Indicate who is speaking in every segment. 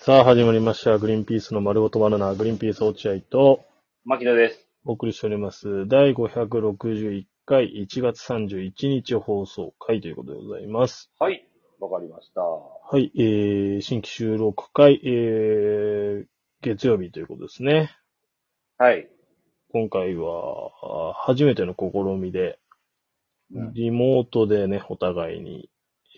Speaker 1: さあ、始まりました。グリーンピースの丸ごとバナナ、グリーンピース落合と
Speaker 2: 牧野です。
Speaker 1: お送りしております。第561回1月31日放送回ということでございます。
Speaker 2: はい。わかりました。
Speaker 1: はい、えー、新規収録回、えー、月曜日ということですね。
Speaker 2: はい。
Speaker 1: 今回は、あー初めての試みで、
Speaker 2: うん
Speaker 1: リモートでね、お互いに、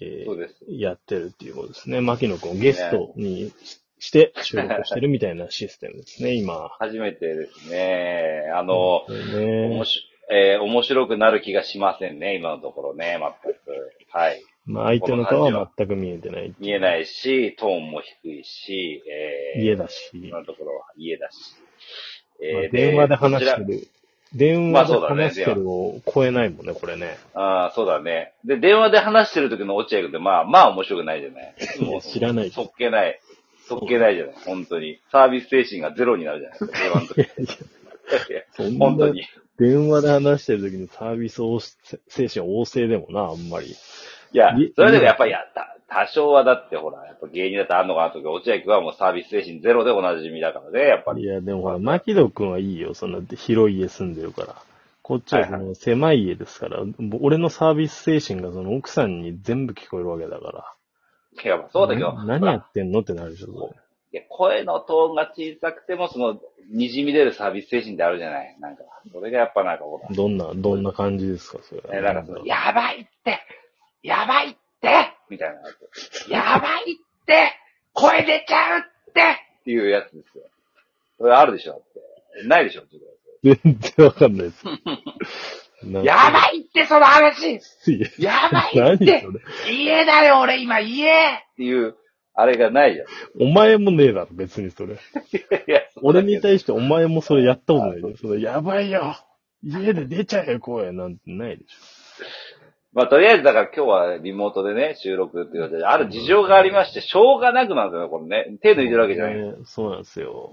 Speaker 1: えー
Speaker 2: そうです。
Speaker 1: やってるっていうことですね。牧野くんをゲストにしして収録してるみたいなシステムですね、今。
Speaker 2: 初めてですね。あの、お
Speaker 1: ね
Speaker 2: も、しえー面白くなる気がしませんね、今のところね、全く。はい。
Speaker 1: まあ、相手の顔は全く見えてない。
Speaker 2: 見えないし、トーンも低いし、えー
Speaker 1: 家だし、ま
Speaker 2: 今のところは家だし。
Speaker 1: あ電話で話して
Speaker 2: こち
Speaker 1: る。電
Speaker 2: ま
Speaker 1: 話
Speaker 2: あ
Speaker 1: で
Speaker 2: そうだね
Speaker 1: 話してるを超えないもんね、これね。
Speaker 2: ら。ああ、そうだね。で、電話で話してる時の落合君って、まあ、まあ面白くないじゃない。もう
Speaker 1: 知らない
Speaker 2: そっけない。そっけないじゃない。本当に。サービス精神がゼロになるじゃない ですか、電話の時。
Speaker 1: そんな
Speaker 2: 本当に。
Speaker 1: 電話で話してる時のサービスを精神旺盛でもな、あんまり。
Speaker 2: いや
Speaker 1: い、
Speaker 2: それでもやっぱりやった。多少はだってほら、やっぱ芸人だってあんのかなとか、落合君はもうサービス精神ゼロでおなじみだからね、やっぱ
Speaker 1: い
Speaker 2: り。
Speaker 1: や、でもほら、牧野くんはいいよ。そんな広い家住んでるから。こっちはそ
Speaker 2: はい
Speaker 1: の狭い家ですから、もう俺のサービス精神がその奥さんに全部聞こえるわけだから。
Speaker 2: いや、まあそうだけど、
Speaker 1: な
Speaker 2: ほ
Speaker 1: 何
Speaker 2: ら
Speaker 1: やってんのってなるでしょ、それ
Speaker 2: いや声のトーンが小さくても、その、滲み出るサービス精神ってあるじゃない。なんか、それがやっぱなんかほら、
Speaker 1: どんな、どんな感じですか、それは。
Speaker 2: えなんかその、やばいってやばいってみたいなやつ。やばいって声出ちゃうってっていうやつですよ。それあるでしょって。ないでしょって
Speaker 1: 全然わかんないです。 や
Speaker 2: やばいってその話
Speaker 1: いや
Speaker 2: やばい
Speaker 1: 何
Speaker 2: っ
Speaker 1: そ れ
Speaker 2: て。家だよ、俺今家っていう、あれがないじゃん。
Speaker 1: お前もねえだろ、別にそれ。
Speaker 2: いや
Speaker 1: 俺に対してお前もそれやったことないで。そのやばいよ家で出ちゃえよ、声なんてないでし
Speaker 2: まあ、とりあえずだから今日はリモートでね、収録っていうことで、ある事情がありまして、しょうがなくなんですよね、これね。手
Speaker 1: ょ。
Speaker 2: 抜いてるわけじゃない。だか
Speaker 1: ねそうなんですよ。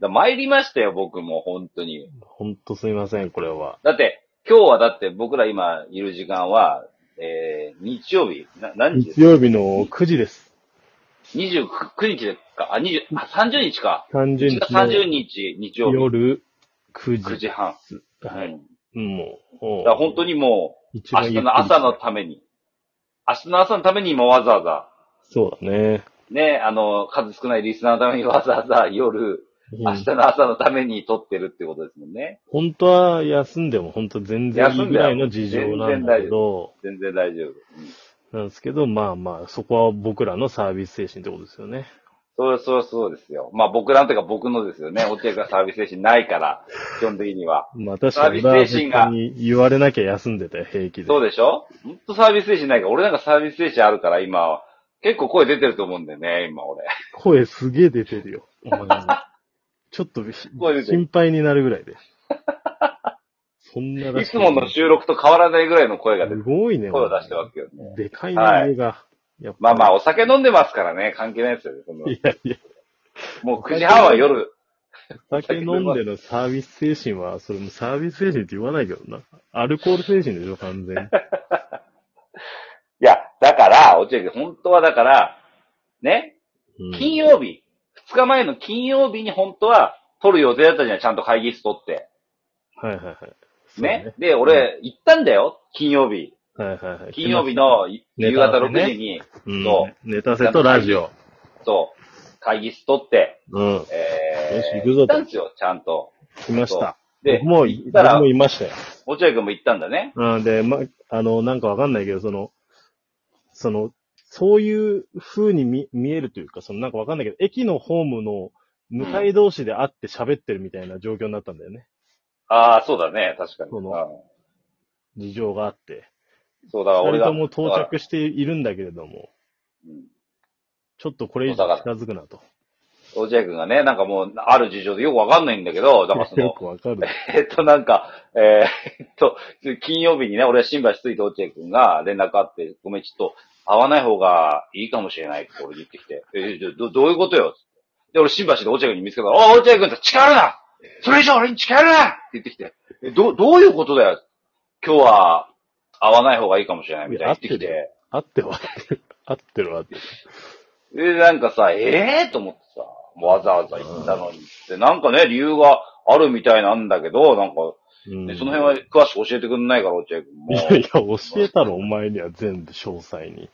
Speaker 2: ら参りましたよ、僕も、本当に。
Speaker 1: ほんとすいません、これは。
Speaker 2: だって、今日はだって僕ら今いる時間は、えー、日曜日、な何時です
Speaker 1: 日曜日の9時です。
Speaker 2: ?29 日ですかあ、20、あ、30日か。
Speaker 1: 30
Speaker 2: 1
Speaker 1: 日
Speaker 2: 月
Speaker 1: の
Speaker 2: 30日、日曜日、
Speaker 1: 夜9
Speaker 2: 9
Speaker 1: 時。
Speaker 2: 時半。
Speaker 1: は
Speaker 2: う
Speaker 1: い。
Speaker 2: ん
Speaker 1: もう。
Speaker 2: だから本当
Speaker 1: に
Speaker 2: にもう、
Speaker 1: 一
Speaker 2: 明
Speaker 1: 番ゆっ
Speaker 2: 日
Speaker 1: くり
Speaker 2: の朝の。ために、明日の朝のために今わざわざ、
Speaker 1: そうだね。
Speaker 2: ね、あの、数少ないリスナーのためにわざわざ夜、
Speaker 1: うん
Speaker 2: 明日の朝のために撮ってるってことですもんね。
Speaker 1: 本当は休んでも本当全然いいぐらいの事情なんだけど、
Speaker 2: 全然大丈夫。うん
Speaker 1: なんですけど、まあまあ、そこは僕らのサービス精神ってことですよね。
Speaker 2: そうそうそうですよ。まあ僕なんていうか僕のですよね。お手がサービス精神ないから、基本的には。
Speaker 1: まあ確かに、
Speaker 2: サービス精神
Speaker 1: 俺
Speaker 2: が
Speaker 1: は別に言われなきゃ休んでたよ、平気で。
Speaker 2: そうでしょほんとサービス精神ないから、俺なんかサービス精神あるから今は、結構声出てると思うんだよね、今俺。
Speaker 1: 声すげえ出てる よ。お前のちょっとひ
Speaker 2: 声出てる
Speaker 1: 心配になるぐらいで。そんなら
Speaker 2: いつもの収録と変わらないぐらいの声が出
Speaker 1: す
Speaker 2: てる。
Speaker 1: ごいね。
Speaker 2: 声を出してますけどね。
Speaker 1: でかいな、目が。やっぱ
Speaker 2: まあまあ、お酒飲んでますからね、関係ないですよね。その
Speaker 1: いやいや、
Speaker 2: もう9時半は夜、
Speaker 1: お酒飲んでのサービス精神は、それもサービス精神って言わないけどな。アルコール精神でしょ、完全に。
Speaker 2: いや、だから、落合君、本当はだから、ね、
Speaker 1: うん
Speaker 2: 金曜日、2日前の金曜日に本当は、撮る予定だったじゃない、ちゃんと会議室取って。
Speaker 1: はいはいはい。
Speaker 2: ね。で、俺、行ったんだよ、金曜日。
Speaker 1: そうね、はいはいはい。
Speaker 2: 金曜日の夕
Speaker 1: ネタ合わ
Speaker 2: 方
Speaker 1: せね
Speaker 2: 6時に、
Speaker 1: うん
Speaker 2: そ
Speaker 1: ネタセとラジオ。
Speaker 2: そう、会議室取って、
Speaker 1: うん。
Speaker 2: えー、
Speaker 1: よし行くぞと
Speaker 2: 行ったんですよ、ちゃんと。
Speaker 1: 来ました。
Speaker 2: で、
Speaker 1: 僕もう、
Speaker 2: 行った
Speaker 1: 僕
Speaker 2: ら
Speaker 1: も、いましたよ。
Speaker 2: 落合君も行ったんだね。
Speaker 1: うん、で、ま、あの、なんかわかんないけど、その、その、そういう風に見、見えるというか、そのなんかわかんないけど、駅のホームの向かい同士で会って喋ってるみたいな状況になったんだよね。
Speaker 2: ああ、そうだね、確かに。
Speaker 1: そううん事情があって。
Speaker 2: そうだから
Speaker 1: 二
Speaker 2: 俺
Speaker 1: 人
Speaker 2: が。
Speaker 1: とも到
Speaker 2: だから
Speaker 1: 着しているんだけれども、
Speaker 2: うん
Speaker 1: ちょっとこれ以上近づくなと。
Speaker 2: 落合君がね、なんかもう、ある事情でよくわかんないんだけど、だからそ
Speaker 1: よ
Speaker 2: の、
Speaker 1: くわかる。
Speaker 2: えっと、なんか、えーえっと、金曜日にね、俺は新橋ついて落合君が連絡あって、ごめん、ちょっと、会わない方がいいかもしれないって俺言ってきて、えーじゃあど、どういうことよつってで、俺新橋で落合君に見つけたから、おい落合君って近寄るなそれ以上俺に近寄るなって言ってきて、え、ど、どういうことだよ今日は、会わない方がいいかもしれないみたいな言ってき
Speaker 1: いや
Speaker 2: て、
Speaker 1: 合ってる合ってる、合ってる。
Speaker 2: で、なんかさ、ええと思ってさ、わざわざ行ったのにって、なんかね、理由があるみたいなんだけど、なんか、
Speaker 1: うん
Speaker 2: ねその辺は詳しく教えてくんないから、落合君も。
Speaker 1: いやいや、教えたろ、お前には全部詳細に。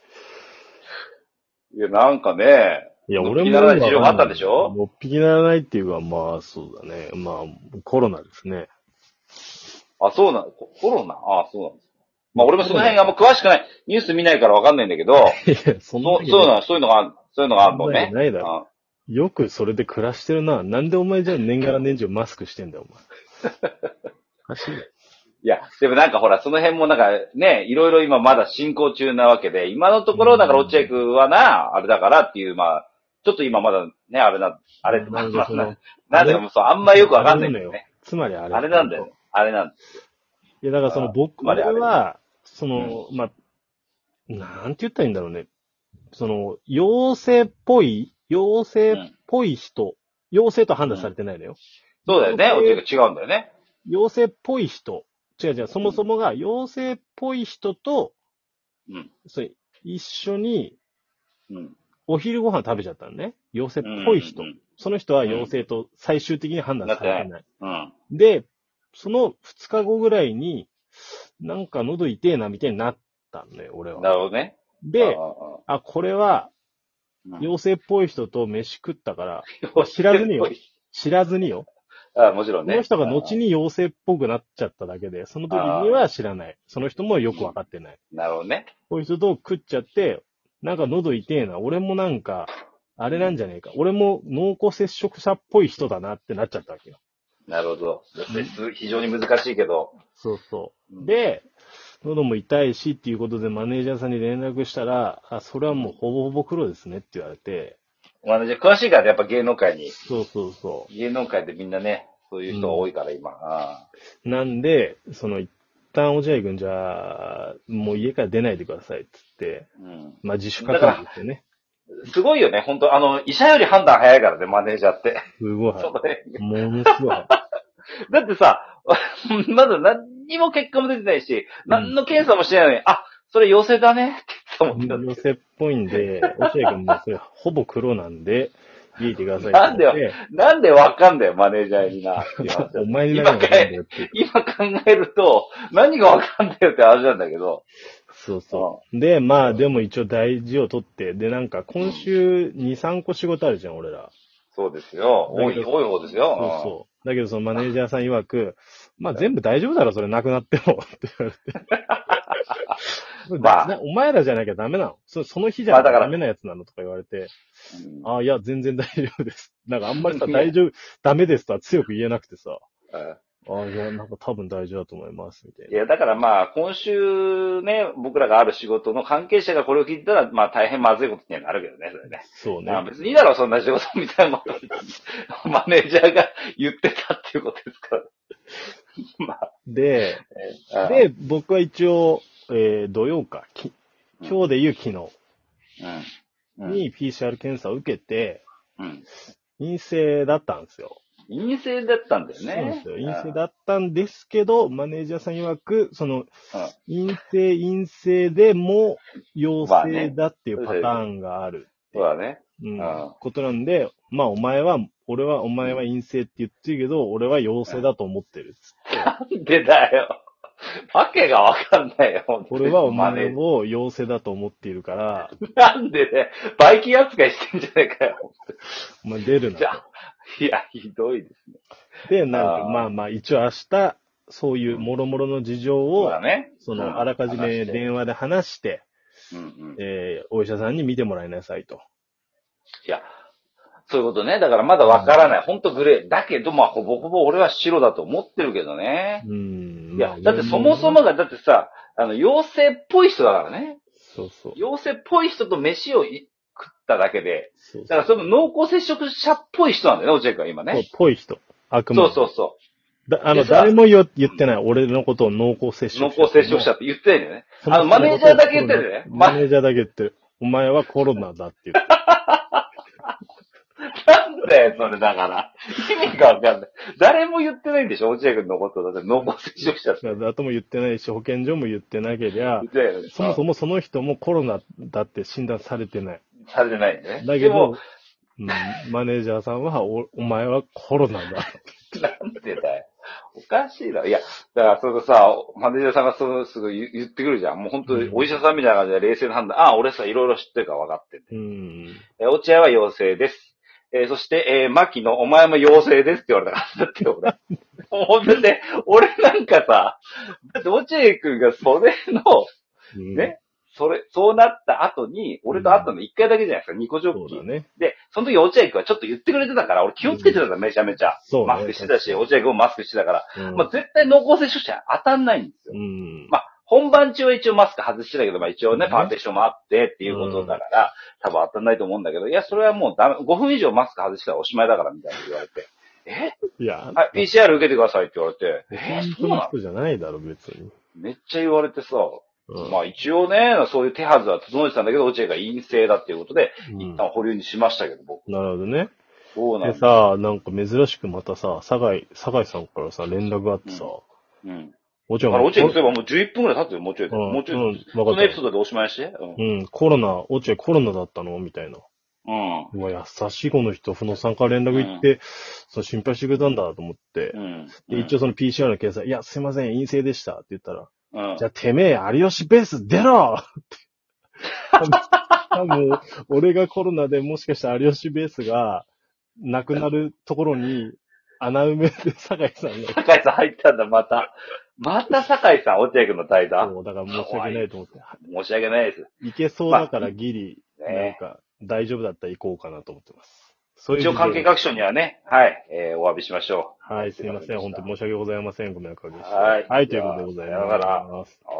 Speaker 2: いや、なんかね、
Speaker 1: いや、
Speaker 2: のっ
Speaker 1: 俺も。
Speaker 2: ぴきならない事情があったんでしょ
Speaker 1: のっぴきならないっていうか、まあ、そうだね。まあ、コロナですね。
Speaker 2: あ、そうなの、ココロナあそうなんですか。まあ、俺もその辺あんま詳しくない。ニュース見ないからわかんないんだけど、
Speaker 1: いや、そんな
Speaker 2: そ
Speaker 1: わ
Speaker 2: う、
Speaker 1: け
Speaker 2: そう
Speaker 1: な
Speaker 2: な、そういうのがある、そういうのがあるの
Speaker 1: そん。
Speaker 2: ね
Speaker 1: なわけないだろ
Speaker 2: ろ。
Speaker 1: いよくそれで暮らしてるな。なんでお前じゃあ年がら年中マスクしてんだよ、お前。おかしいよ
Speaker 2: いや、でもなんかほら、その辺もなんかね、いろいろ今まだ進行中なわけで、今のところ、だから
Speaker 1: うん
Speaker 2: 落合君はな、あれだからっていう、まあ、ちょっと今まだね、あれな、あれ、
Speaker 1: な
Speaker 2: まあ
Speaker 1: んかその
Speaker 2: ななんでかもうそう、あんまよくわかんないんだよね。
Speaker 1: つまりあれ。
Speaker 2: あれなんだよ。。あれなんだよ。
Speaker 1: いや、だからそ
Speaker 2: あ
Speaker 1: の僕
Speaker 2: まああれあれ
Speaker 1: は、その、まあ、なんて言ったらいいんだろうね。その、陽性っぽい、陽性っぽい人、陽性と判断されてないのよ。
Speaker 2: そうだよね、
Speaker 1: 僕
Speaker 2: 落合君違うんだよね。
Speaker 1: 陽性っぽい人、違う違う、そもそもが陽性っぽい人と、
Speaker 2: うん
Speaker 1: それ一緒に
Speaker 2: うん。
Speaker 1: お昼ご飯食べちゃったのね。陽性っぽい人。
Speaker 2: うん
Speaker 1: その人は陽性と最終的に判断されてない。
Speaker 2: うん。
Speaker 1: で、その2日後ぐらいに、なんか喉痛えなみたいになったのよ、俺
Speaker 2: うんな
Speaker 1: は。
Speaker 2: るほどね。
Speaker 1: で、
Speaker 2: ああ
Speaker 1: あ、これは
Speaker 2: ああ、
Speaker 1: 陽性っぽい人と飯食ったから、知らずによ知らずによ。
Speaker 2: ああもちろん
Speaker 1: そ
Speaker 2: ね。
Speaker 1: の人が後に陽性っぽくなっちゃっただけで、その時には知らない。その人もよくわかってない。
Speaker 2: なるほどね。
Speaker 1: こういう人と食っちゃって、なんか喉痛えな。俺もなんか、あれなんじゃねえか。俺も濃厚接触者っぽい人だなってなっちゃったわけよ。
Speaker 2: なるほど。説非常に難しいけど。
Speaker 1: そうそ
Speaker 2: うん
Speaker 1: う。で、喉も痛いしっていうことでマネージャーさんに連絡したら、あ、それはもうほぼほぼ黒ですねって言われて、
Speaker 2: まあ、じゃあ詳しいからねやっぱ芸能界に。
Speaker 1: そうそうそ
Speaker 2: 芸能界でみんなね、そういう人が多いから今。ああ
Speaker 1: う。なんで、その一旦落合君じゃあ、もう家から出ないでくださいっつって、
Speaker 2: うん
Speaker 1: まあ自主隔離ですよね。
Speaker 2: すごいよね、本当あの、医者より判断早いからね、マネージャーって。
Speaker 1: すごい。
Speaker 2: そうだね
Speaker 1: ものすごい。
Speaker 2: だってさ、 まだ何にも結果も出てないし、何の検査もしてないのに、あ、それ陽性だねって言ってたもん
Speaker 1: 寄
Speaker 2: ね。
Speaker 1: せっぽいん で、落合君もそれほぼ黒なんで、家いてください
Speaker 2: なんでよ
Speaker 1: って
Speaker 2: なんでわかんだよ、マネージャーにな。っていう
Speaker 1: 言っ
Speaker 2: 話
Speaker 1: て。お前に何が分かるんだよって。
Speaker 2: 今考えると、何がわかんだよって話なんだけど。
Speaker 1: そうそう。で、まあでも一応大事を取って、でなんか今週2、3個仕事あるじゃん、俺ら。
Speaker 2: そうですよ。多い、多い方です
Speaker 1: そ
Speaker 2: よ。
Speaker 1: うそう。だけどそのマネージャーさん曰く、まあ全部大丈夫だろ、それなくなっても。って言われて。
Speaker 2: まあ
Speaker 1: なお前らじゃなきゃダメなのそその日じ
Speaker 2: ま
Speaker 1: ゃ
Speaker 2: あだから
Speaker 1: ダメなやつなのとか言われて、
Speaker 2: うん
Speaker 1: ああ、いや、全然大丈夫です。なんかあんまりさ、大丈夫、ダメですとは強く言えなくてさ。
Speaker 2: うん
Speaker 1: あいや、なんか多分大丈夫だと思います、みたい
Speaker 2: い
Speaker 1: な。
Speaker 2: や、だからまあ、今週ね、僕らがある仕事の関係者がこれを聞いたら、まあ大変まずいことにはなるけどね、それね。
Speaker 1: そうね
Speaker 2: ま。あ別にいいだろ、そんな仕事みたいなこと マネージャーが言ってたっていうことですから。まあ
Speaker 1: で、
Speaker 2: ああ、
Speaker 1: で、僕は一応、えー、土曜か、き今日で言う昨
Speaker 2: うん、
Speaker 1: 日に PCR 検査を受けて、
Speaker 2: うん、
Speaker 1: 陰性だったんですよ。
Speaker 2: うん。陰性だったんだよ
Speaker 1: そうなん
Speaker 2: ね
Speaker 1: で。すよ。陰性だったんですけど、マネージャーさん曰く、その、
Speaker 2: あ
Speaker 1: 陰性、陰性でも陽
Speaker 2: まあね
Speaker 1: 性だっていうパターンがある。
Speaker 2: そうだね。
Speaker 1: うん
Speaker 2: ああ
Speaker 1: ことなんで、まあお前は、俺は、お前は陰性って言ってるけど、俺は陽性だと思ってるっつって。
Speaker 2: なんでだよ。わけがわかんないよ、本当に
Speaker 1: 俺はお
Speaker 2: マネー
Speaker 1: 前
Speaker 2: ジャー
Speaker 1: を妖精だと思っている から、
Speaker 2: なんでね、バイキン扱いしてんじゃねえかよ。
Speaker 1: お前出るな
Speaker 2: じ。ゃあ、いや、ひどいです。
Speaker 1: で、なん
Speaker 2: あ
Speaker 1: か、
Speaker 2: ー
Speaker 1: まあまあ、一応明日、そういう諸々の事情
Speaker 2: そう
Speaker 1: を
Speaker 2: だ、ね。
Speaker 1: そうの、
Speaker 2: ん
Speaker 1: あらかじ
Speaker 2: 話し
Speaker 1: め
Speaker 2: て
Speaker 1: 電話で話して、
Speaker 2: うんうん。
Speaker 1: えー、お医者さんに見てもらいなさいと。
Speaker 2: いや、そういうことね。だからまだわからない。ほんとグレー。だけど、まあ、ほぼほぼ俺は白だと思ってるけどね
Speaker 1: う。ん。
Speaker 2: いや
Speaker 1: ま、あ
Speaker 2: だってそもそ、もが、だってさ、あの、妖精っぽい人だからね。
Speaker 1: そうそう。
Speaker 2: 妖精っぽい人と飯をい食っただけで。
Speaker 1: そう
Speaker 2: だからその濃厚接触者っぽい人なんだよね、落合君は今
Speaker 1: そう
Speaker 2: ね。
Speaker 1: ぽい人。悪
Speaker 2: そう
Speaker 1: 魔。
Speaker 2: そうそ
Speaker 1: だあの、
Speaker 2: でさ
Speaker 1: 誰も言言ってない。俺のことを濃厚接
Speaker 2: う。
Speaker 1: 触
Speaker 2: 濃厚接触者って言ってないんだよね。
Speaker 1: そも
Speaker 2: あの
Speaker 1: そも
Speaker 2: マネージャーだけ言ってるね
Speaker 1: マネージャーだけ言ってる。お前はコロナだって言ってる。
Speaker 2: なんだよ、それだから。意味がわかんない。誰も言ってないんでしょ落合君のことだって濃厚接触者って
Speaker 1: だからとも言ってないし、保健所も言ってなけりゃ
Speaker 2: 言っ、てないよね。
Speaker 1: そもそもその人もコロナだって診断されてない。
Speaker 2: されてないんでね。
Speaker 1: だけ
Speaker 2: でも
Speaker 1: ど、、うん、マネージャーさんは、お、お前はコロナだ。
Speaker 2: なんてだよ。おかしいな。いや、だからそれとさ、マネージャーさんがそのすぐ言言ってくるじゃん。もう本当にお医者さんみたいな感じで冷静な判断。ああ、俺さ、いろいろ知ってるから分かってる。
Speaker 1: うん。
Speaker 2: えー、落合は陽性です。えーそして、えー、牧野、お前も陽性ですって言われたから、だって俺。もう本当にね、俺なんかさ、だって落合くんがそれの、
Speaker 1: うん
Speaker 2: ねそれ、そうなった後に、俺と会ったの一回だけじゃないですか、ニコジョ
Speaker 1: そ
Speaker 2: ッ
Speaker 1: う
Speaker 2: キ
Speaker 1: だ
Speaker 2: ー。
Speaker 1: ね。
Speaker 2: で、その時落合くんはちょっと言ってくれてたから、俺気をつけてたんだ、めちゃめちゃ。
Speaker 1: そうね。
Speaker 2: マスクしてたし、落合くんもマスクしてたから、
Speaker 1: うん
Speaker 2: まあ、絶対濃厚接触者は当たんないんですよ。
Speaker 1: うん。
Speaker 2: まあ、本番中は一応マスク外してたけど、まあ一応ね、
Speaker 1: ね
Speaker 2: パーテーションもあってっていうことだから、多分当たんないと思うんだけど、いや、それはもうダメ、5分以上マスク外したらおしまいだからみたいに言われて、え
Speaker 1: いや、
Speaker 2: はい、PCR 受けてくださいって言われて、え
Speaker 1: 本
Speaker 2: そう
Speaker 1: 当
Speaker 2: な
Speaker 1: の
Speaker 2: の
Speaker 1: 人じゃないだろ、別に。
Speaker 2: めっちゃ言われてさ、
Speaker 1: うん
Speaker 2: まあ一応ね、そういう手はずは整えてたんだけど、落合が陰性だっていうことで、
Speaker 1: うん
Speaker 2: 一旦保留にしましたけど、僕。
Speaker 1: なるほどね。
Speaker 2: そうなん
Speaker 1: で
Speaker 2: だ。
Speaker 1: さ、なんか珍しくまたさ、酒井、酒井さんからさ、連絡があってさ、
Speaker 2: ううん。
Speaker 1: もち
Speaker 2: あ
Speaker 1: ろん。
Speaker 2: れ、落合そういえ
Speaker 1: う
Speaker 2: ばもう11分くらい経ってるよ、もうちょいで。
Speaker 1: ん、
Speaker 2: もうちょいで。
Speaker 1: うん、
Speaker 2: そ
Speaker 1: わ
Speaker 2: の
Speaker 1: かっ
Speaker 2: エピ
Speaker 1: た。
Speaker 2: ソードでおしまいにして。うん。
Speaker 1: うん、コロナ、落合コロナだったのみたいな。
Speaker 2: うん。
Speaker 1: うわ、優しいこの人、そのさんから連絡行って、そう心配してくれたんだと思って、
Speaker 2: う
Speaker 1: で
Speaker 2: ん。
Speaker 1: 一応その PCR の検査、いや、すいません、陰性でしたって言ったら、
Speaker 2: うん、
Speaker 1: じゃあてめえ、有吉ベース出ろって。多分、俺がコロナでもしかしたら有吉ベースが、なくなるところに、穴埋めで酒井さんが。
Speaker 2: 酒井さん入ったんだ、また。また酒井さん、落合君の対談。
Speaker 1: そうだから申し訳ないと思って、
Speaker 2: 申し訳ないです。
Speaker 1: いけそうだからギリ、なん
Speaker 2: ね、
Speaker 1: か、大丈夫だったら行こうかなと思ってます。そういう
Speaker 2: 一応関係各所にはね、はい、えー、お詫びしましょう。
Speaker 1: はい、すいません。本当申し訳ございません。ご迷惑をおかけして。
Speaker 2: はい
Speaker 1: はい、ということでございます。
Speaker 2: さようなら